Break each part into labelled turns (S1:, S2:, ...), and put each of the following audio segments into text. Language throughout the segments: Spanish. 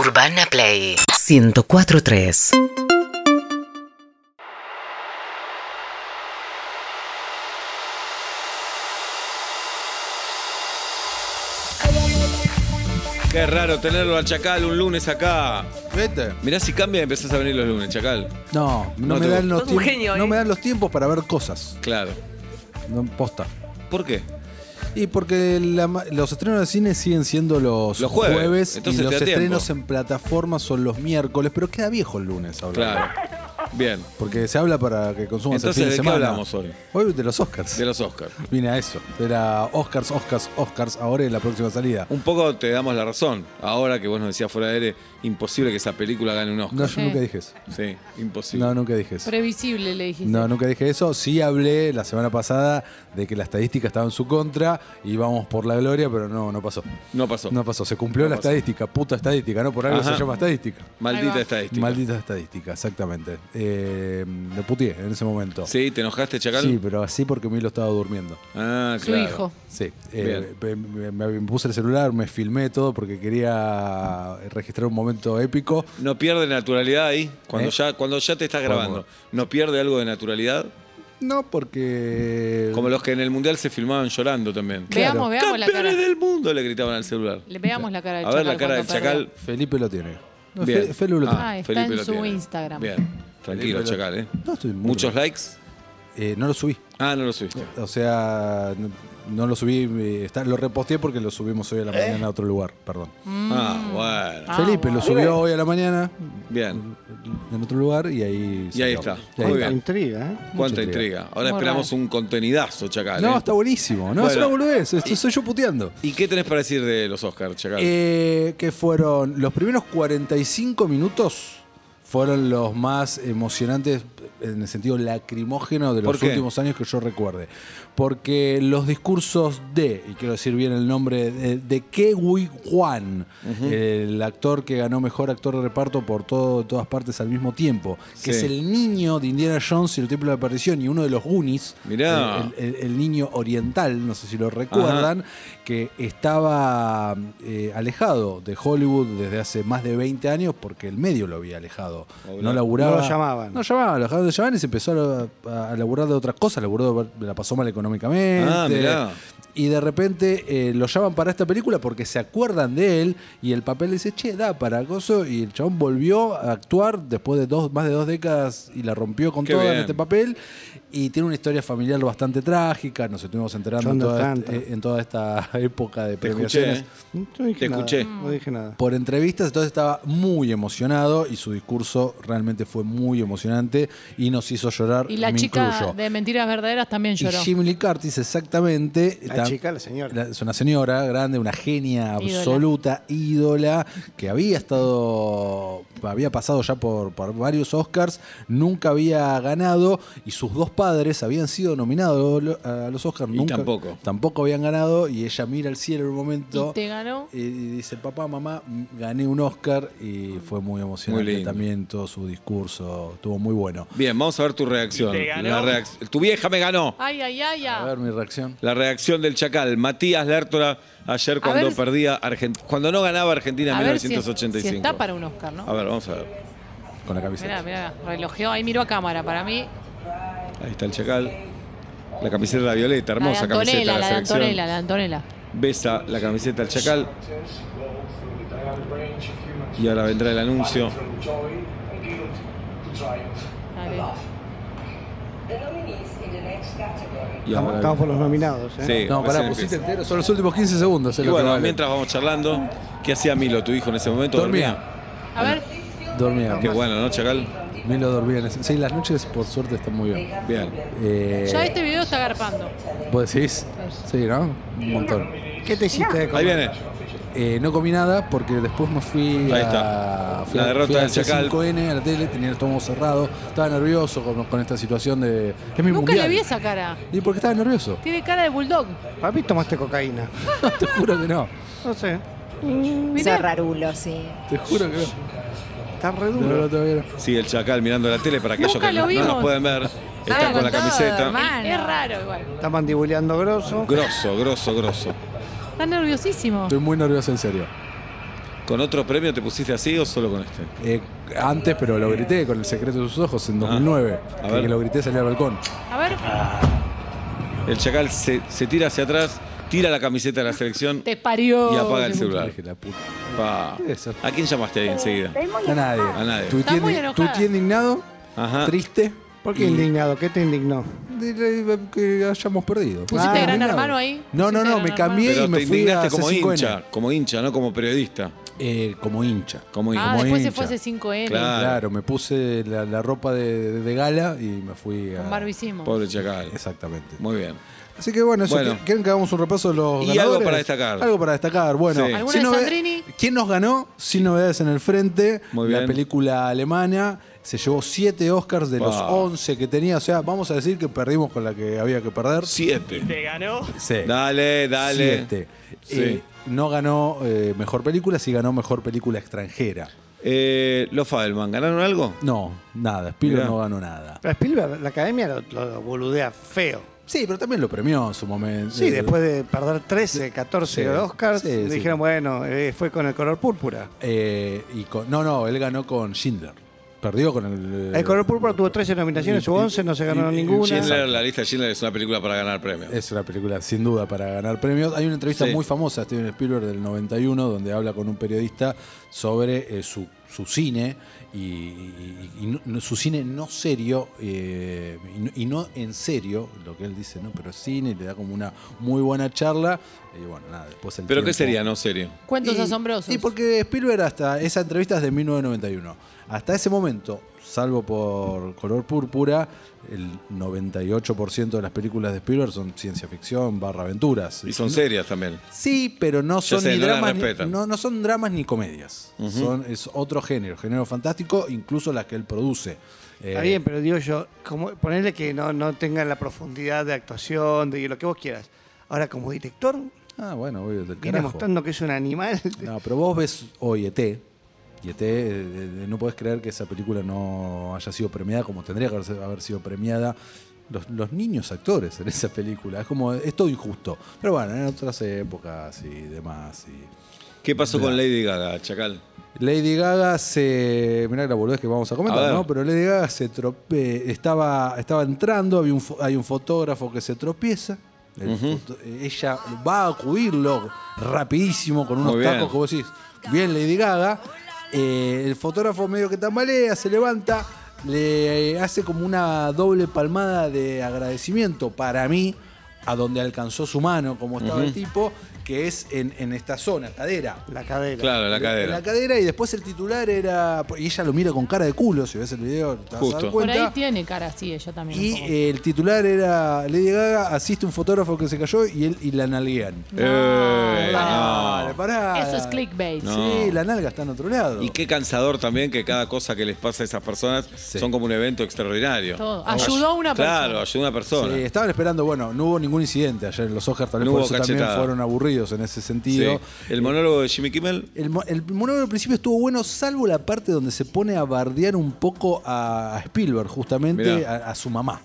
S1: Urbana Play 1043.
S2: Qué raro tenerlo al Chacal un lunes acá.
S3: ¿Viste?
S2: Mirá si cambia y empezás a venir los lunes, Chacal.
S3: No, no,
S2: No
S3: me
S2: te-
S3: dan los
S4: Sos un
S3: tiempos.
S4: genio,
S3: No
S4: ¿eh?
S3: me dan los tiempos para ver cosas.
S2: Claro.
S3: No, posta.
S2: ¿Por qué?
S3: Y porque la ma- los estrenos de cine siguen siendo los,
S2: Los jueves.
S3: y
S2: Entonces te
S3: los
S2: da tiempo.
S3: estrenos en plataforma son los miércoles, pero queda viejo el lunes ahora.
S2: Claro. Bien.
S3: Porque se habla para que consumas
S2: Entonces,
S3: el fin de
S2: ¿de qué
S3: semana.
S2: hablamos hoy?
S3: Hoy de los Oscars.
S2: De los Oscars.
S3: Vine a eso. Era Oscars, Oscars, Oscars. Ahora es la próxima salida.
S2: Un poco te damos la razón. Ahora que vos nos decías fuera de aire, imposible que esa película gane un Oscar.
S3: No, yo nunca dije eso.
S2: Sí, imposible.
S3: No, nunca dije eso.
S5: Previsible, le dijiste.
S3: No, nunca dije eso. Sí hablé la semana pasada de que la estadística estaba en su contra y vamos por la gloria, pero no, no pasó.
S2: No pasó.
S3: No pasó, se cumplió
S2: No
S3: la
S2: pasó.
S3: estadística, puta estadística, ¿no? Por algo
S2: Ajá.
S3: se llama estadística.
S5: Ahí
S2: Maldita
S5: va.
S2: estadística.
S3: Maldita estadística, exactamente. Eh, lo puteé en ese momento.
S2: Sí, ¿te enojaste, Chacal?
S3: Sí, pero así porque Milo estaba durmiendo.
S2: Ah,
S5: Su
S2: claro.
S5: hijo.
S3: Sí, eh, pe- me, me puse el celular, me filmé todo porque quería registrar un momento épico.
S2: No pierde naturalidad ahí. Cuando,
S3: ¿Eh?
S2: ya, cuando ya te estás
S3: Vamos.
S2: grabando, ¿no pierde algo de naturalidad?
S3: No, porque...
S2: Como los que en el mundial se filmaban llorando también.
S3: Claro.
S5: Veamos, veamos la cara.
S2: ¡Campeones del mundo! Le gritaban al celular.
S5: Le veamos la cara del
S2: A ver
S5: chacal
S2: la cara del
S5: cuando perdió.
S2: chacal.
S3: Felipe lo tiene. No,
S2: Bien.
S3: Fe- Felu lo tiene.
S5: Ah, está en su Instagram.
S2: Bien. Tranquilo,
S3: Felipe lo-
S2: chacal, ¿eh?
S3: No, estoy muy
S2: Muchos
S3: bien.
S2: likes.
S3: Eh, no lo subí.
S2: Ah, no lo subiste.
S3: O sea, no, no lo subí, eh, está- lo reposteé porque lo subimos hoy a la mañana a otro lugar, perdón.
S2: Ah, bueno.
S5: Ah,
S3: Felipe lo
S5: bueno.
S3: subió hoy a la mañana
S2: Bien.
S3: en otro lugar y ahí...
S2: Y ahí
S3: quedó.
S2: está.
S3: Mm. Y ahí
S2: Muy
S3: está.
S2: bien.
S6: Intriga, ¿eh?
S2: Cuánta
S3: Mucha
S2: intriga. Ahora
S5: Muy
S2: esperamos un contenidazo, chacal.
S3: No,
S2: ¿eh?
S3: está buenísimo. No, es
S2: Bueno.
S3: una boludez. Esto soy yo puteando.
S2: ¿Y qué tenés para decir de los Oscars, chacal?
S3: Eh, que fueron los primeros 45 minutos fueron los más emocionantes en el sentido lacrimógeno de
S2: ¿Por
S3: los
S2: qué?
S3: últimos años que yo recuerde. Porque los discursos de, y quiero decir bien el nombre, de, de Kewi Kwan, el actor que ganó mejor actor de reparto por todo, todas partes al mismo tiempo, que
S2: Sí.
S3: es el niño de Indiana Jones y el Templo de la Perdición y uno de los Goonies,
S2: Mirá.
S3: el- el- el niño oriental, no sé si lo recuerdan, que estaba eh, alejado de Hollywood desde hace más de 20 años porque el medio lo había alejado.
S2: Obvio.
S3: No laburaba.
S6: No lo llamaban.
S3: No lo llamaban, lo dejaron de llamar y se empezó a, a laburar de otras cosas. Laburó, de- la pasó mal económicamente.
S2: Ah, mirá.
S3: Y de repente eh, lo llaman para esta película porque se acuerdan de él y el papel dice, che, da para gozo. Y el chabón volvió a actuar después de dos, más de dos décadas y la rompió con
S2: Qué
S3: todo en
S2: bien.
S3: este papel. Y tiene una historia familiar bastante trágica. Nos estuvimos enterando en
S6: John
S3: toda,
S6: Travolta.
S3: eh, en toda esta época de
S2: Te escuché.
S3: premiaciones.
S2: ¿eh?
S6: No te dije
S2: Te
S6: nada,
S2: escuché.
S6: No dije nada.
S3: Por entrevistas, entonces estaba muy emocionado y su discurso realmente fue muy emocionante y nos hizo llorar.
S5: Y la
S3: me
S5: chica
S3: incluyo.
S5: de Mentiras Verdaderas también
S3: Y
S5: lloró.
S3: Jim Lee Curtis, exactamente.
S6: La
S3: tam-
S6: chica, la señora.
S3: la- es una señora grande, una genia
S5: Ídola.
S3: absoluta, ídola, que había estado, había pasado ya por, por varios Oscars, nunca había ganado y sus dos padres habían sido nominados lo- a los Oscars,
S2: Y
S3: nunca,
S2: tampoco.
S3: tampoco habían ganado y ella mira al cielo en un momento
S5: Y te ganó.
S3: y dice, papá, mamá, gané un Oscar y fue muy emocionante
S2: Muy lindo.
S3: también todo su discurso, estuvo muy bueno.
S2: ¿eh? Bien, vamos a ver tu reacción. La reac- Tu vieja me ganó.
S5: Ay, ay, ay,
S3: A
S5: ay.
S3: ver mi reacción.
S2: La reacción del Chacal. Matías Lertora ayer cuando
S5: ver si-
S2: perdía Argen- cuando no ganaba Argentina en
S5: A ver si-
S2: 1985.
S5: Si está para un Oscar, ¿no?
S2: A ver, vamos a ver.
S3: Con la camiseta.
S5: Mirá, mirá, relojeó, ahí miró a cámara. Para mí,
S2: Ahí está el Chacal. La camiseta de la violeta,
S5: la de
S2: hermosa camiseta
S5: Antonella,
S2: de
S5: la
S2: la
S5: de
S2: selección.
S5: Antonella, la de Antonella.
S2: Besa la camiseta al Chacal. Y ahora vendrá el anuncio.
S5: Dale.
S2: Y
S6: Estamos,
S2: ahora-
S6: estamos por los nominados, ¿eh?
S2: Sí,
S3: No, pará,
S2: recién
S3: pusiste
S2: empieza.
S3: entero. Son los últimos 15 segundos. es
S2: Y
S3: lo que
S2: bueno,
S3: vale.
S2: mientras vamos charlando, ¿qué hacía Milo, tu hijo, en ese momento?
S3: Dormía.
S5: A ver,
S3: Dormía.
S2: Qué bueno, ¿no, Chacal?
S3: Milo dormía. en ese- Sí, las noches, por suerte, están muy bien.
S2: Bien.
S3: Eh,
S5: ya este video está garpando.
S3: ¿Vos decís? Sí, ¿no? Un montón.
S6: ¿Qué te hiciste de
S2: Ahí
S6: comer?
S2: viene.
S3: Eh, no comí nada porque después me fui
S2: Ahí
S3: a.
S2: está.
S3: fui
S2: La
S3: a-
S2: derrota
S3: fui a
S2: del Chacal.
S3: 5N a la tele, tenía el estómago cerrado. Estaba nervioso con, con esta situación de. Es mi
S5: Nunca
S3: mundial.
S5: le vi esa cara.
S3: ¿Y por qué estaba nervioso?
S5: Tiene cara de bulldog.
S6: Para mí tomaste cocaína.
S3: No, te juro que no.
S6: No sé.
S5: Mirá.
S7: Cerrarulo, sí.
S3: Te juro que no.
S6: Está re
S3: No,
S6: duro.
S3: no, todavía
S2: Sí, el Chacal mirando la tele para aquellos
S5: Nunca
S2: que
S5: lo
S2: no no nos
S5: vimos.
S2: pueden ver. Está
S7: Ah,
S2: con la
S7: con todo,
S2: camiseta.
S7: hermano.
S5: Es raro igual.
S6: Está mandibuleando grosso.
S2: Grosso, grosso, grosso.
S5: Está
S3: no.
S5: nerviosísimo.
S3: Estoy muy nervioso en serio.
S2: ¿Con otro premio te pusiste así o solo con este?
S3: Eh, antes, pero lo grité con El secreto de sus ojos en 2009.
S2: Ah, A
S3: que
S2: ver.
S3: lo grité salí al balcón.
S5: A ver,
S2: El chacal se, se tira hacia atrás, tira la camiseta de la selección
S5: te parió.
S2: y apaga el celular.
S3: Dije, la puta.
S2: Pa. ¿A quién llamaste ahí enseguida?
S4: Estoy muy
S3: A nadie.
S4: enojada.
S2: A nadie. Ah.
S3: Tuiteé
S5: Está muy
S3: indi-
S5: enojada.
S3: tuiteé indignado,
S2: Ajá.
S3: triste.
S6: ¿Por qué
S3: y-
S6: indignado? ¿Qué te indignó?
S3: de- de- que hayamos perdido.
S5: ¿Pusiste
S6: Ah,
S5: Gran
S3: Indignado.
S5: Hermano ahí?
S3: No, no,
S5: ¿Pusiste
S3: no,
S5: Gran
S3: me
S5: Hermano?
S3: cambié
S2: Pero
S3: y me
S2: te
S3: fui a
S2: indignaste como
S3: C5N.
S2: hincha, como hincha, no como periodista.
S3: Eh, como hincha.
S2: Como
S5: Ah,
S2: hincha.
S3: como
S5: después se
S3: hincha.
S5: fue ese 5N.
S2: Claro.
S3: Claro, me puse la, la ropa de, de gala y me fui a...
S5: Con barbicismo.
S2: Pobre chacal.
S3: Exactamente.
S2: Muy bien.
S3: Así que bueno, eso,
S2: Bueno.
S3: ¿qu- ¿quieren que hagamos un repaso de los
S2: Y
S3: ganadores?
S2: algo para destacar.
S3: Algo para destacar, bueno.
S2: Sí.
S5: ¿Alguna
S3: sin
S5: de
S3: noved-
S5: Sandrini?
S3: ¿Quién nos ganó? Sin novedades en el frente.
S2: Muy
S3: La
S2: bien.
S3: película alemana se llevó 7 Oscars de los
S2: Pa.
S3: 11 que tenía. O sea, vamos a decir que perdimos con la que había que perder.
S2: Siete.
S7: Te ganó.
S3: Sí.
S2: Dale, dale.
S3: Siete.
S2: Sí.
S3: Eh, no ganó eh, mejor película, sí ganó mejor película extranjera.
S2: Eh, los Fadelman, ¿ganaron algo?
S3: No, nada. Spielberg
S2: Mirá.
S3: no ganó nada.
S6: Pero Spielberg, la academia lo, lo boludea feo.
S3: Sí, pero también lo premió en su momento. Eh,
S6: Sí, después de perder 13, 14
S3: Sí.
S6: Oscars,
S3: Sí, sí.
S6: dijeron, bueno, eh, fue con el color púrpura.
S3: Eh, y con- no, no, él ganó con Schindler. Perdió con el.
S6: Eh, El color púrpura tuvo 13 nominaciones,
S3: y-
S6: hubo 11, no se
S3: y-
S6: ganaron
S3: y- y
S6: ninguna.
S2: Schindler, la lista Schindler es una película para ganar premios.
S3: Es una película sin duda para ganar premios. Hay una entrevista
S2: Sí.
S3: muy famosa de Steven Spielberg del 91 donde habla con un periodista sobre eh, su, su cine y, y- y no- su cine no serio eh, y, no- y no en serio, lo que él dice, no, pero es cine y le da como una muy buena charla. Y bueno, nada, después el
S2: ¿Pero qué
S3: tiempo-
S2: sería, no serio?
S5: Cuentos
S3: y-
S5: asombrosos.
S3: Y porque Spielberg hasta esa entrevista es de 1991. Hasta ese momento, salvo por color púrpura, el 98% de las películas de Spielberg son ciencia ficción barra aventuras.
S2: Y son serias también.
S3: Sí, pero no son
S2: sé,
S3: ni
S2: no las
S3: dramas ni,
S2: respetan.
S3: no, no son dramas ni comedias. Son, es otro género, género fantástico, incluso las que él produce. Eh,
S6: Está bien, pero digo yo, como, ponerle que no, no tenga la profundidad de actuación, de lo que vos quieras. Ahora, como director,
S3: Ah, bueno, voy del
S6: viene
S3: carajo.
S6: mostrando que es un animal.
S3: No, pero vos ves hoy ET. Y ET, eh, eh, no podés creer que esa película no haya sido premiada como tendría que haberse- haber sido premiada. Los, los niños actores en esa película. Es como, es todo injusto. Pero bueno, en otras épocas y demás. Y...
S2: ¿Qué pasó con Lady Gaga, chacal?
S3: Lady Gaga se. Mirá la boludez que vamos a
S2: A
S3: comentar,
S2: ver.
S3: ¿no? Pero Lady Gaga se trope... estaba, estaba entrando, había un fo- hay un fotógrafo que se tropieza. El foto- Ella va a acudirlo rapidísimo con unos
S2: Muy bien.
S3: tacos que vos decís. Bien, Lady Gaga. Eh, el fotógrafo medio que tambalea, se levanta, le hace como una doble palmada de agradecimiento para mí, a donde alcanzó su mano, como estaba el tipo, que es en, en esta zona, cadera.
S6: La cadera.
S2: Claro, la cadera.
S3: La cadera y después el titular era. Y ella lo mira con cara de culo, si ves el video, te vas a
S2: Justo.
S3: dar
S5: Por ahí
S3: cuenta.
S5: tiene cara así ella también. un
S3: Y
S5: poco.
S3: eh, el titular era Lady Gaga, asiste un fotógrafo que se cayó y él y la nalguean.
S5: No, Ah,
S2: Eh,
S5: pará.
S3: Dale, pará.
S5: Eso es clickbait.
S2: No.
S3: Sí, la nalga está en otro lado.
S2: Y qué cansador también que cada cosa que les pasa a esas personas son como un evento extraordinario.
S5: Todo. Ayudó a una
S2: Claro,
S5: persona.
S2: ayudó a una persona.
S3: Sí, estaban esperando, bueno, no hubo ningún incidente ayer en los Oscars, tal vez
S2: No
S3: por
S2: hubo
S3: eso también
S2: cachetada.
S3: fueron aburridos en ese
S2: Sí.
S3: sentido.
S2: El monólogo de Jimmy Kimmel.
S3: El, mo- el monólogo al principio estuvo bueno, salvo la parte donde se pone a bardear un poco a, a Spielberg, justamente
S2: Mirá.
S3: a, a su mamá.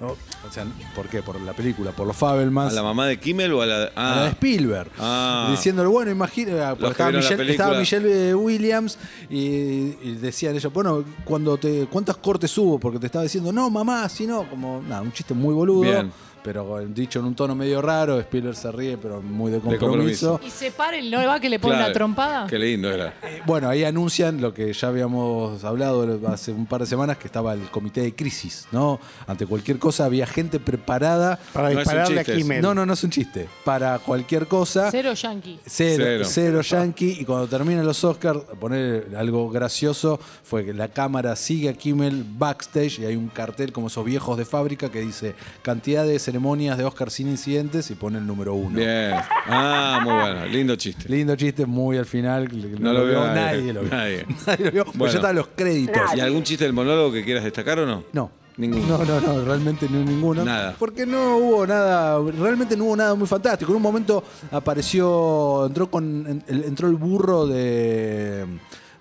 S3: ¿no? O sea, ¿por qué? Por la película, por los Fabelmans.
S2: ¿A la mamá de Kimmel o a la.?
S3: a la de Spielberg.
S2: Ah.
S3: Diciéndole, bueno, imagina. ah,
S2: Los que
S3: Estaba
S2: vieron la
S3: Michelle, estaba
S2: película.
S3: Michelle, eh, Williams y, y decían ellos, bueno, cuando te, ¿cuántas cortes hubo? Porque te estaba diciendo, no, mamá, si no, como nada, un chiste muy boludo.
S2: Bien.
S3: Pero con- dicho en un tono medio raro, Spielberg se ríe, pero muy de compromiso.
S2: compromiso.
S5: Y se para el no va que le pone
S2: Claro.
S5: una trompada.
S2: Qué lindo era.
S3: Eh, Bueno, ahí anuncian lo que ya habíamos hablado hace un par de semanas, que estaba el comité de crisis, ¿no? Ante cualquier cosa había gente preparada.
S6: Para
S2: No es un
S6: dispararle a
S2: chiste eso.
S6: Kimmel.
S3: No, no, no es un chiste. Para cualquier cosa.
S5: Cero yankee.
S3: Cero,
S2: Cero.
S3: cero, yankee. Y cuando terminan los Oscars, poner algo gracioso fue que la cámara sigue a Kimmel backstage y hay un cartel como esos viejos de fábrica que dice cantidad de ceremonias de Oscar sin incidentes y pone el número uno.
S2: Bien. Ah, muy bueno. Lindo chiste.
S3: Lindo chiste, muy al final.
S2: No lo vio nadie.
S3: nadie. lo vio.
S2: Nadie.
S3: Nadie lo vio. Pues
S2: Bueno.
S3: ya estaban los créditos.
S2: ¿Y algún chiste del monólogo que quieras destacar o no?
S3: No.
S2: Ninguno.
S3: No, no, no, realmente no ninguno.
S2: Nada.
S3: Porque no hubo nada, realmente no hubo nada muy fantástico. En un momento apareció, entró con en- el, entró el burro de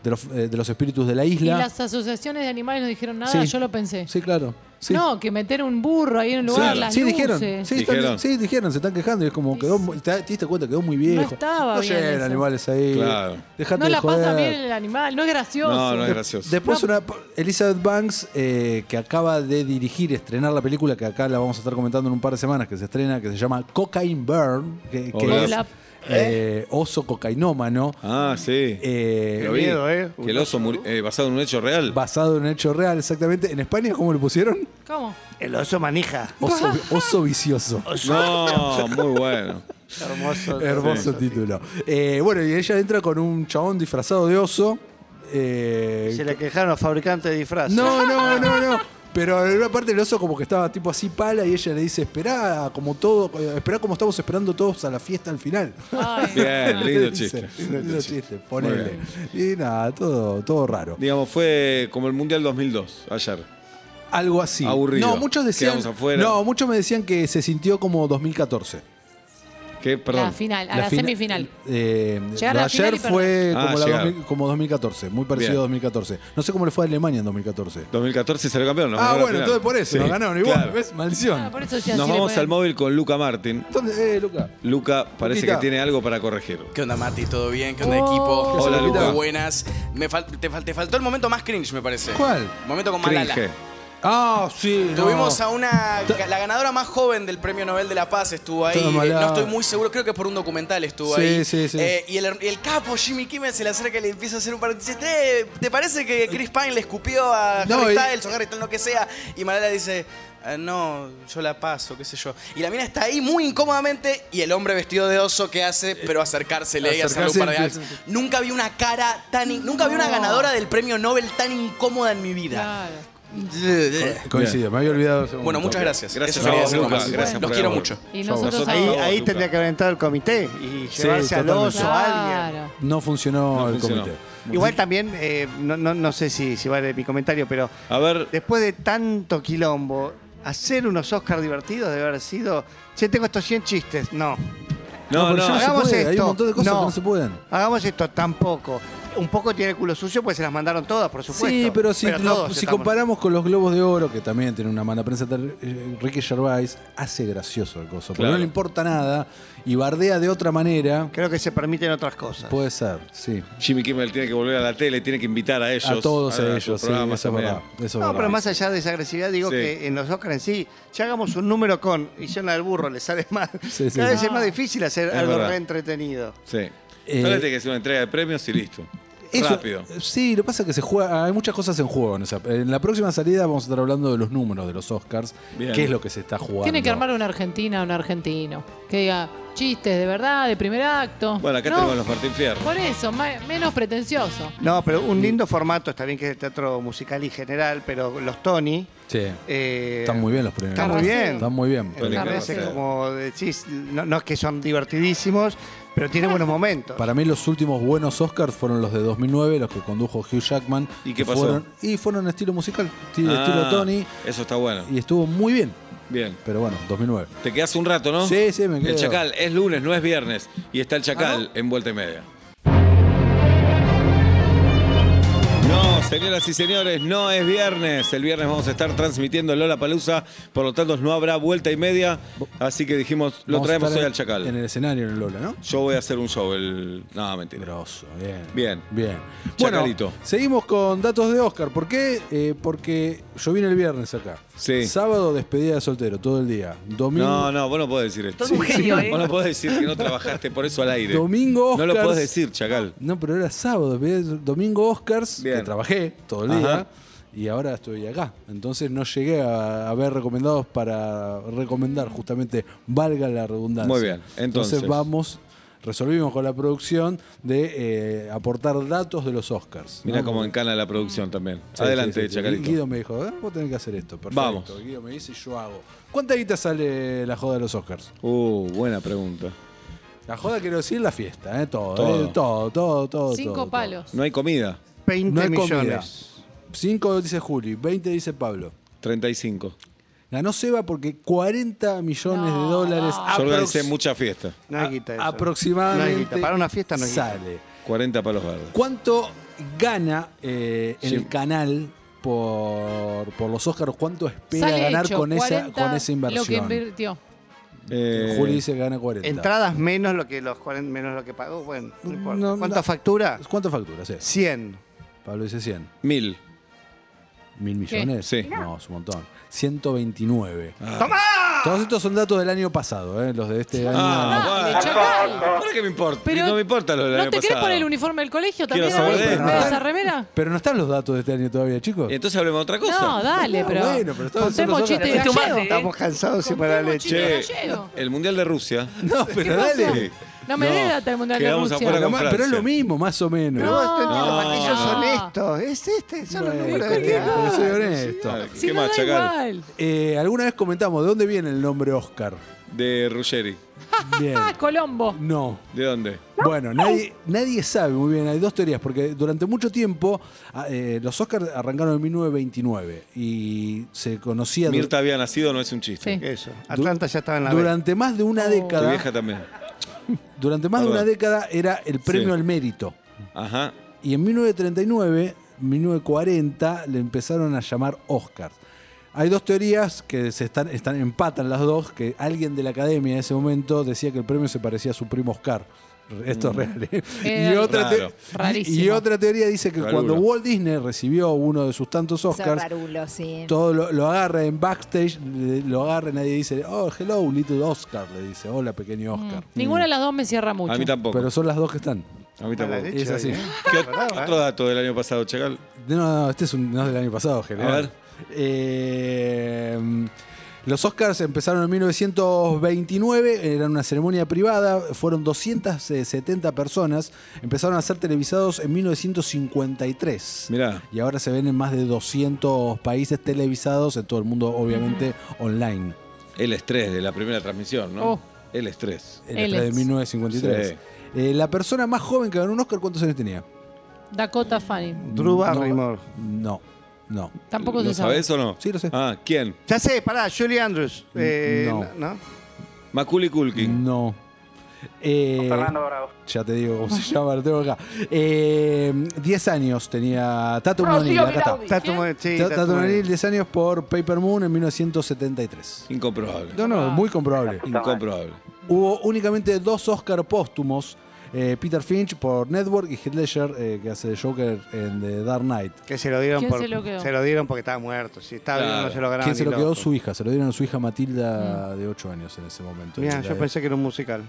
S3: de los, eh, de los espíritus de la
S5: Y
S3: isla.
S5: las asociaciones de animales no dijeron nada,
S3: Sí.
S5: yo lo pensé.
S3: Sí, claro. Sí.
S5: No, que meter un burro ahí en un lugar,
S2: Claro.
S5: las
S3: sí,
S5: luces.
S3: dijeron. Sí, están-
S2: Dijeron.
S3: sí, dijeron, se están quejando. Y es como, quedó muy- te, te diste cuenta, quedó muy viejo.
S5: estaba
S3: No
S5: bien
S3: lleguen
S5: eso.
S3: animales ahí.
S2: Claro.
S3: Dejate
S5: No
S3: de
S5: la pasa
S3: joder.
S5: bien el animal, no es gracioso.
S2: No, no es gracioso.
S3: Después una Elizabeth Banks, eh, que acaba de dirigir, estrenar la película, que acá la vamos a estar comentando en un par de semanas, que se estrena, que se llama Cocaine Burn, que, que
S2: Hola.
S3: es eh, oso cocainómano,
S2: Ah, sí.
S3: eh,
S6: Qué miedo, ¿eh?
S2: Que el oso muri- eh, basado en un hecho real.
S3: basado en un hecho real, exactamente. ¿En España cómo le pusieron?
S5: ¿Cómo?
S6: El oso manija.
S3: Oso, oso vicioso.
S2: No, muy bueno.
S6: Hermoso.
S3: Hermoso título. Eh, bueno, y ella entra con un chabón disfrazado de oso. eh,
S6: Se le quejaron los fabricantes de disfraces.
S3: No, no, no, no. Pero en una parte el oso como que estaba tipo así pala y ella le dice, esperá como todo, eh, esperá como estamos esperando todos a la fiesta al final.
S5: Ay,
S2: Bien,
S3: Le
S2: Eh, lindo
S3: dice,
S2: chiste.
S3: lindo chiste, ponele. Y nada, todo, todo raro.
S2: Digamos, fue como el Mundial 2002, ayer.
S3: Algo así.
S2: Aburrido.
S3: No, muchos decían.
S2: Quedamos afuera.
S3: No, muchos me decían que se sintió como 2014.
S2: Que, perdón.
S5: La final, a la,
S3: La fina-
S5: semifinal.
S3: Eh,
S5: Llegar a
S3: lo
S5: la
S3: de
S5: final
S3: ayer
S5: y perder.
S3: fue
S2: Ah,
S3: como, la
S2: llegar.
S3: 2000 como 2014, muy parecido
S2: Bien.
S3: a 2014. No sé cómo le fue a Alemania en 2014.
S2: 2014 salió campeón. nos
S3: ah,
S2: ganó la
S3: bueno,
S2: final.
S3: entonces por eso,
S2: Sí,
S3: nos ganaron igual,
S2: claro.
S3: ¿ves? Maldición.
S5: Ah, por eso decía,
S2: Nos
S5: si le
S2: vamos al
S5: ponen-
S2: móvil con Luca Martín.
S3: ¿Dónde- eh, Luca?
S2: Luca parece
S3: Luquita.
S2: que tiene algo para corregir.
S4: ¿Qué onda, Mati? ¿Todo bien? ¿Qué onda,
S5: Oh.
S4: equipo?
S2: Hola,
S4: Muy
S2: Luca.
S4: buenas. Me fal- te, fal- te faltó el momento más cringe, me parece.
S3: ¿Cuál?
S4: Momento con Malala.
S2: Cringe.
S3: Ah, sí. no.
S4: Tuvimos a una. La ganadora más joven del premio Nobel de la Paz estuvo ahí. Eh,
S3: Estaba Malala.
S4: No estoy muy seguro, creo que por un documental estuvo
S3: Sí,
S4: ahí.
S3: sí, sí.
S4: Eh, y el, her- el capo Jimmy Kimmel se le acerca y le empieza a hacer un par de dice, "Te- ¿Te parece que Chris Pine le escupió a
S3: No,
S4: Harry
S3: y-
S4: Styles o Harry Styles, lo que sea? Y Malala dice. "Ah, no, yo la paso, qué sé yo. Y la mina está ahí muy incómodamente y el hombre vestido de oso que hace, pero acercársele y hacerle un par de
S3: Acercarse y-
S4: alzas. Nunca vi una cara tan... in- Nunca vi una ganadora del premio Nobel tan incómoda en mi vida. Eh,
S5: Claro.
S3: Coincido, me había olvidado. ese
S4: Bueno,
S3: momento.
S4: muchas gracias.
S2: Gracias
S4: Eso
S2: a
S4: quería
S2: vos,
S4: decir
S2: Luca,
S4: nomás.
S2: gracias por
S4: Los quiero
S2: el
S4: mucho.
S5: Y
S3: Chau,
S5: nosotros
S2: nosotros
S6: Ahí,
S5: ahora-
S6: ahí
S2: Luca.
S6: tendría que haber entrado el comité y
S3: Sí,
S6: llevarse al
S3: totalmente.
S6: oso, a alguien.
S5: Claro.
S3: No funcionó
S2: No
S3: el
S2: funcionó.
S3: comité.
S6: Igual también, eh, no, no, no sé si, si vale mi comentario, pero
S2: A ver,
S6: después de tanto quilombo, hacer unos Oscars divertidos debe haber sido. Che, tengo estos 100 chistes. No.
S2: no,
S3: pero
S2: no.
S3: ya se
S6: hagamos
S3: puede, Hay
S6: esto.
S3: un montón de cosas
S6: No.
S3: que no se pueden.
S6: Hagamos esto tampoco. Un poco tiene el culo sucio, pues se las mandaron todas, por supuesto.
S3: Sí, pero si, lo-
S6: todos
S3: si
S6: estamos-
S3: comparamos con los Globos de Oro, que también tiene una mala prensa, ter- eh, Ricky Gervais hace gracioso el coso, porque
S2: Claro.
S3: no le importa nada y bardea de otra manera.
S6: Creo que se permiten otras cosas.
S3: Puede ser, sí.
S2: Jimmy Kimmel tiene que volver a la tele, tiene que invitar a ellos.
S3: a todos a,
S2: sus
S3: ellos, sí,
S2: programas
S3: eso es
S2: también.
S3: verdad. eso es
S6: No,
S3: verdad.
S6: pero más allá de esa agresividad, digo
S2: Sí.
S6: que en los Oscars en sí, ya hagamos un número con, y yo la del burro, le sale más.
S3: Sí, sí,
S6: Cada
S3: sí.
S6: vez es más difícil hacer
S2: Es
S6: algo
S2: verdad.
S6: re entretenido.
S2: Sí.
S3: Eh,
S2: Solo tiene que hacer una entrega de premios y listo.
S3: Eso- eh,
S2: Rápido.
S3: Sí, lo que pasa es que se juega, ah, hay muchas cosas en juego. En, esa- en la próxima salida vamos a estar hablando de los números de los Oscars,
S2: Bien.
S3: qué es lo que se está jugando.
S5: Tiene que armar una argentina, un argentino. Que diga chistes de verdad, de primer acto.
S2: Bueno, acá
S5: No,
S2: tenemos los Martín Fierro.
S5: Por eso, ma- menos pretencioso.
S6: No, pero
S2: Mm.
S6: un lindo formato, está bien que es el teatro musical y general, pero los Tony.
S3: Sí.
S6: eh,
S3: Están muy bien los premios.
S6: Están muy bien.
S3: Están muy bien.
S2: Tony
S6: Me parece
S2: Carrasco.
S6: como decís, no, no es que son divertidísimos, pero tiene buenos momentos.
S3: Eh, Para mí los últimos buenos Oscars fueron los de 2009, los que condujo Hugh Jackman.
S2: ¿Y qué
S3: que
S2: pasó?
S3: Fueron, y fueron estilo musical, esti-
S2: Ah,
S3: estilo Tony,
S2: Eso está bueno.
S3: y estuvo muy bien.
S2: Bien.
S3: Pero bueno, 2009.
S2: Te quedas un rato, ¿no?
S3: Sí, sí, me quedo. Ah,
S2: El Chacal, es lunes, no es viernes. Y está el Chacal en vuelta y media. No, señoras y señores, no es viernes. El viernes vamos a estar transmitiendo Lola Palusa, por lo tanto no habrá vuelta y media. Así que dijimos, lo
S3: Vamos a
S2: traemos hoy
S3: estar en-
S2: al Chacal.
S3: En el escenario, en el Lola, ¿no?
S2: Yo voy a hacer un show el. No, mentira.
S3: Grosso, bien.
S2: Bien.
S3: Bien.
S2: Chacarito.
S3: Bueno, seguimos con datos de Oscar. ¿Por qué? Eh, porque yo vine el viernes acá.
S2: Sí.
S3: Sábado despedida de soltero, todo el día. Domingo.
S2: No, no, vos no podés decir esto.
S7: Todo un genio, ¿eh?
S2: Vos no podés decir que no trabajaste por eso al aire.
S3: Domingo
S2: No lo
S3: Oscars.
S2: podés decir, Chacal.
S3: No, pero era sábado, despedida de sol- domingo Oscars,
S2: Bien.
S3: que trabajé todo el día.
S2: Ajá.
S3: Y ahora estoy acá. Entonces no llegué a, a ver recomendados para recomendar, justamente, valga la redundancia.
S2: Muy bien, entonces.
S3: vamos, resolvimos con la producción de eh, aportar datos de los Oscars.
S2: Mira
S3: ¿no?
S2: cómo encana la producción también.
S3: Sí,
S2: Adelante,
S3: sí, sí, sí.
S2: Chacalito.
S3: Guido me dijo, "Ah, vos tenés que hacer esto. Perfecto.
S2: Vamos.
S3: Guido me dice y yo hago. ¿Cuánta guita sale la joda de los Oscars?
S2: Uh, buena pregunta.
S3: La joda quiero decir la fiesta, ¿eh? Todo,
S2: Todo.
S3: eh, todo, todo, todo.
S5: Cinco
S3: todo, todo.
S5: palos.
S2: No hay comida.
S6: 20
S3: No hay
S6: millones.
S3: comida. Cinco dice Juli, 20 dice Pablo.
S2: 35.
S3: Ganó Seba porque 40 millones de dólares
S2: Yo organicé
S3: aprox-
S2: mucha fiesta.
S6: No hay guita eso.
S3: aproximadamente
S6: No hay guita. Para una fiesta no hay guita.
S3: sale.
S2: 40 palos verdes.
S3: ¿Cuánto gana eh, en
S2: Sí.
S3: el canal por, por los Óscaros. ¿Cuánto espera
S5: Sale
S3: ganar
S5: hecho,
S3: con, esa,
S5: 40
S3: con esa
S5: Lo que
S3: inversión?
S5: invirtió.
S2: Eh,
S3: Juli dice que gana 40.
S6: Entradas menos lo que los 40 menos lo que pagó, bueno, no importa.
S3: No,
S6: ¿Cuánta
S3: no.
S6: factura?
S3: ¿Cuánto facturas es?
S6: 100.
S3: Pablo dice 100.
S2: Mil.
S3: ¿Mil millones?
S2: Sí. Ah.
S3: No, es un montón. 129.
S6: ¡Tomá!
S3: Todos estos son datos del año pasado, ¿eh? los de este año.
S2: Ah.
S5: Dale,
S2: bueno.
S5: chacal.
S2: ¿Por qué me importa?
S5: Pero
S2: no me importa lo del
S5: ¿No
S2: año
S5: te querés
S2: pasado.
S5: poner el uniforme del colegio
S2: Quiero
S5: también?
S2: saber
S5: David?
S2: de esto.
S5: ¿Me das esa remera?
S3: Pero no están los datos de este año todavía, chicos.
S2: Entonces hablemos de otra cosa.
S5: No, dale,
S3: No,
S5: pero.
S3: Ah, bueno, pero estaba
S5: contemos
S3: haciendo
S5: chiste
S3: solo-
S5: gallego.
S6: Estamos cansados siempre de la
S5: Contemos
S6: leche.
S5: chiste
S2: Che,
S5: gallego.
S2: el Mundial de Rusia.
S3: No, pero dale.
S2: Sí.
S5: No me dé data del Mundial de
S2: quedamos
S5: Rusia.
S2: afuera con
S3: Pero, ma- pero es
S2: Francia.
S3: lo mismo, más o menos.
S6: No, este no, entiendo,
S2: No.
S6: porque ellos son estos. Es este, son los
S3: Bueno,
S6: números de este.
S3: pero- pero soy
S6: teatro.
S3: honesto.
S2: Ah,
S5: Si
S2: ¿Qué
S5: no
S2: más,
S5: da
S2: chacal?
S5: igual.
S3: Eh, Alguna vez comentamos, ¿de dónde viene el nombre Oscar?
S2: De Ruggeri.
S3: Bien.
S5: Ah, Colombo.
S3: No.
S2: ¿De dónde?
S3: Bueno, nadie, nadie sabe muy bien. Hay dos teorías, porque durante mucho tiempo a- eh, los Oscars arrancaron en 1929 y se conocía du-
S2: Mirta había nacido, no es un chiste.
S5: Sí.
S6: Ah, Eso. Atlanta ya estaba en la B.
S3: durante más de una
S2: Tu
S3: década.
S2: vieja también.
S3: Durante más de
S2: Perdón.
S3: una década era el premio
S2: Sí.
S3: al mérito.
S2: Ajá.
S3: Y en 1939, 1940, le empezaron a llamar Oscar. Hay dos teorías que se están, están, empatan las dos, que alguien de la academia en ese momento decía que el premio se parecía a su primo Oscar. Esto es real. ¿eh?
S5: Eh,
S3: Y otra, te-
S2: Raro.
S5: Rarísimo.
S3: y otra teoría dice que
S2: Rarulo.
S3: cuando Walt Disney recibió uno de sus tantos Oscars,
S7: Zarrarulo, sí.
S3: todo lo, lo agarra en backstage, le- lo agarra y nadie dice, oh, hello, little Oscar, le dice, hola, pequeño
S5: Mm.
S3: Oscar.
S5: Ninguna de las dos me cierra mucho.
S2: A mí tampoco.
S3: Pero son las dos que están.
S2: a mí
S6: Mala
S2: tampoco.
S6: leche
S3: Es así.
S6: hoy, ¿eh?
S2: ¿Qué ot-
S6: Bravo, ¿eh?
S2: otro dato del año pasado, chacal?
S3: No, no, no, este es un, no es del año pasado, general.
S2: A ver.
S3: Eh, los Oscars empezaron en 1929, era una ceremonia privada, fueron 270 personas, empezaron a ser televisados en 1953.
S2: Mirá.
S3: Y ahora se ven en más de 200 países televisados, en todo el mundo obviamente online.
S2: El estrés de la primera transmisión, ¿no?
S5: Oh.
S2: El estrés.
S3: El
S5: Él
S3: estrés de
S5: es.
S3: 1953.
S2: Sí.
S3: Eh, la persona más joven que ganó un Oscar, ¿cuántos años tenía?
S5: Dakota Fanning.
S6: Drew
S3: No,
S6: Barrymore.
S3: No, no.
S5: Tampoco
S2: ¿Lo
S5: se sabe.
S2: sabés o no?
S3: Sí, lo sé.
S2: Ah, ¿quién?
S6: Ya sé, pará, Julie Andrews. Eh,
S3: No.
S6: no.
S2: Maculi Culkin.
S3: No. Eh, Ya te digo cómo se llama, lo tengo acá. Eh, 10 años tenía Tato Monil, acá está.
S6: Tato Mo- sí,
S3: Ta-
S6: Tato
S3: Tato Monil,
S6: Mo-
S3: 10 años por Paper Moon en 1973.
S2: Incomprobable.
S3: No, no, muy comprobable.
S2: Incomprobable.
S3: Hubo únicamente dos Oscar póstumos. eh, Peter Finch por Network y Heath Ledger, eh, que hace de Joker en The Dark Knight.
S6: Que se lo dieron
S5: ¿Quién
S6: por,
S5: se lo quedó?
S6: dieron porque estaba muerto. Si estaba vivo
S2: Claro.
S6: no se lo ganaron.
S3: Quien se
S6: ni
S3: lo quedó
S6: loco. Mm.
S3: su hija, se lo dieron a su hija Matilda de 8 años en ese momento.
S6: Mirá,
S3: Y la
S6: yo
S3: de-
S6: pensé que era un musical.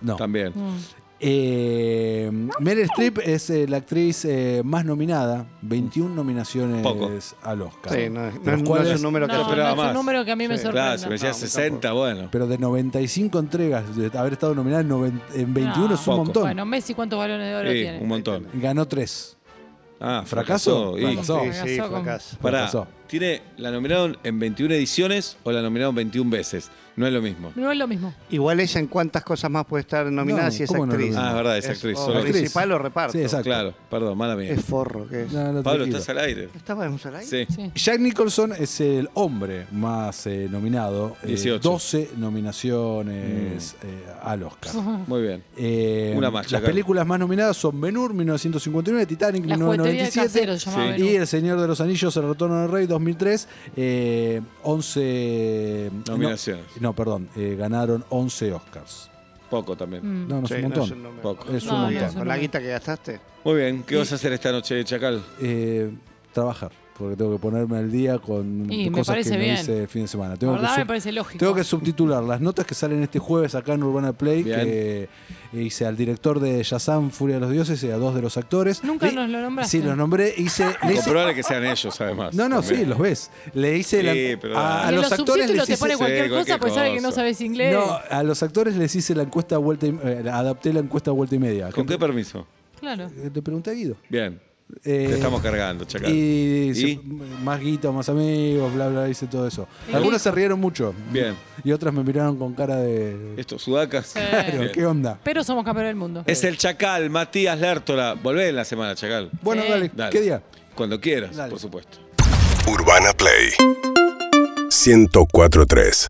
S3: No.
S2: También.
S5: Mm,
S3: Eh, Meryl Streep es eh, la actriz eh, más nominada, 21 nominaciones
S2: Poco.
S3: al Oscar.
S6: Mm. Sí, no, es-
S3: De
S6: no
S3: los
S6: es- no
S3: cuales-
S6: es un número que
S5: No,
S2: esperaba
S5: no es
S2: más.
S5: un número que a mí me
S6: Sí.
S5: sorprende.
S2: Claro, si me decías
S6: No,
S2: 60, bueno.
S3: Pero de 95 entregas, de haber estado nominada en, noven- en 21 es un
S2: Poco.
S3: montón.
S5: Bueno, Messi, ¿cuántos balones de oro
S2: Sí,
S5: tiene?
S2: un montón.
S3: Ganó 3.
S2: Ah,
S3: ¿Fracaso?
S2: fracasó. Y-
S3: Fracasó.
S6: Sí,
S5: Fracasó
S6: sí,
S5: con-
S6: fracaso.
S2: Pará,
S3: Fracasó.
S2: ¿tiene, ¿la nominaron en 21 ediciones o la nominaron 21 veces? No es lo mismo.
S5: No es lo mismo.
S6: Igual ella en cuántas cosas más puede estar nominada
S3: No,
S6: si es
S3: ¿cómo no lo
S6: actriz.
S3: mismo?
S2: Ah, es verdad, es actriz,
S6: o
S2: solo actriz.
S6: principal o reparto.
S3: Sí, exacto.
S2: Claro, perdón, mala mía.
S6: Es forro que es.
S3: No, no,
S2: Pablo,
S3: tranquilo.
S2: estás al aire.
S6: ¿Estábamos al aire?
S2: Sí.
S5: Sí.
S3: Jack Nicholson es el hombre más eh, nominado. eh,
S2: 18.
S3: 12 nominaciones eh, al Oscar.
S2: Muy bien.
S3: Eh,
S2: Una Mm. más,
S3: Las
S2: Chacal.
S3: películas más nominadas son Benur 1959, Titanic
S5: La juguetería de
S3: 1997
S5: Casero se llamaba
S2: Sí.
S5: Venus.
S3: Y El Señor de los Anillos, El Retorno del Rey, 2003, eh, 11...
S2: Nominaciones.
S3: No, no, perdón, eh, ganaron 11 Oscars.
S2: Poco
S5: Mm.
S2: también.
S3: No, no
S6: Sí,
S3: es un
S6: no
S3: montón.
S6: es un número.
S2: Poco.
S3: Es
S5: No,
S3: un
S5: no
S3: montón.
S5: es un-
S6: Con la guita que gastaste.
S2: Muy bien, ¿qué vas a hacer esta noche, Chacal?
S3: Eh, trabajar, porque tengo que ponerme al día con
S5: Y me
S3: cosas que
S5: parece
S3: me
S5: bien.
S3: hice el fin de semana.
S5: La
S3: Tengo que
S5: verdad me
S3: sub-
S5: parece lógico.
S3: Tengo que subtitular las notas que salen este jueves acá en Urbana Play,
S2: Bien.
S3: que eh, hice al director de Yazam, Furia de los Dioses, y a dos de los actores.
S5: Nunca
S3: Le-
S5: nos lo nombraste.
S3: Sí, los nombré. Hice, le hice-
S2: Comprobable que sean ellos, además.
S3: no, no,
S2: También.
S3: sí, los ves. Le hice
S2: Sí,
S3: la-
S2: pero
S3: a,
S2: dale.
S3: a
S5: Y
S3: los,
S5: en los
S3: actores
S5: subtítulos
S3: les
S5: te
S3: hice,
S5: pone cualquier
S2: Sí,
S5: cosa,
S2: cualquier
S5: pues sabe que
S2: cosa.
S5: no sabes inglés.
S3: no, a los actores les hice la encuesta a vuelta y, eh, adapté la encuesta a vuelta y media.
S2: ¿Con qué
S3: Que-
S2: permiso?
S5: Claro.
S3: eh, Te pregunté a Guido.
S2: Bien.
S3: Eh,
S2: Te estamos cargando, Chacal.
S3: Y,
S2: ¿Y?
S3: se- más guita, más amigos, bla, bla, hice todo eso.
S5: Bien.
S3: Algunos se rieron mucho.
S2: Bien.
S3: Y otras me miraron con cara de...
S2: Estos sudacas.
S3: "Pero,
S2: Bien.
S3: ¿Qué onda?
S5: Pero somos campeones del mundo.
S2: Es el Chacal, Matías Lértola. Volvé en la semana, Chacal.
S3: Bueno,
S5: Sí.
S3: dale,
S2: Dale.
S3: ¿qué día?
S2: Cuando quieras,
S3: Dale.
S2: por supuesto.
S8: Urbana Play 1043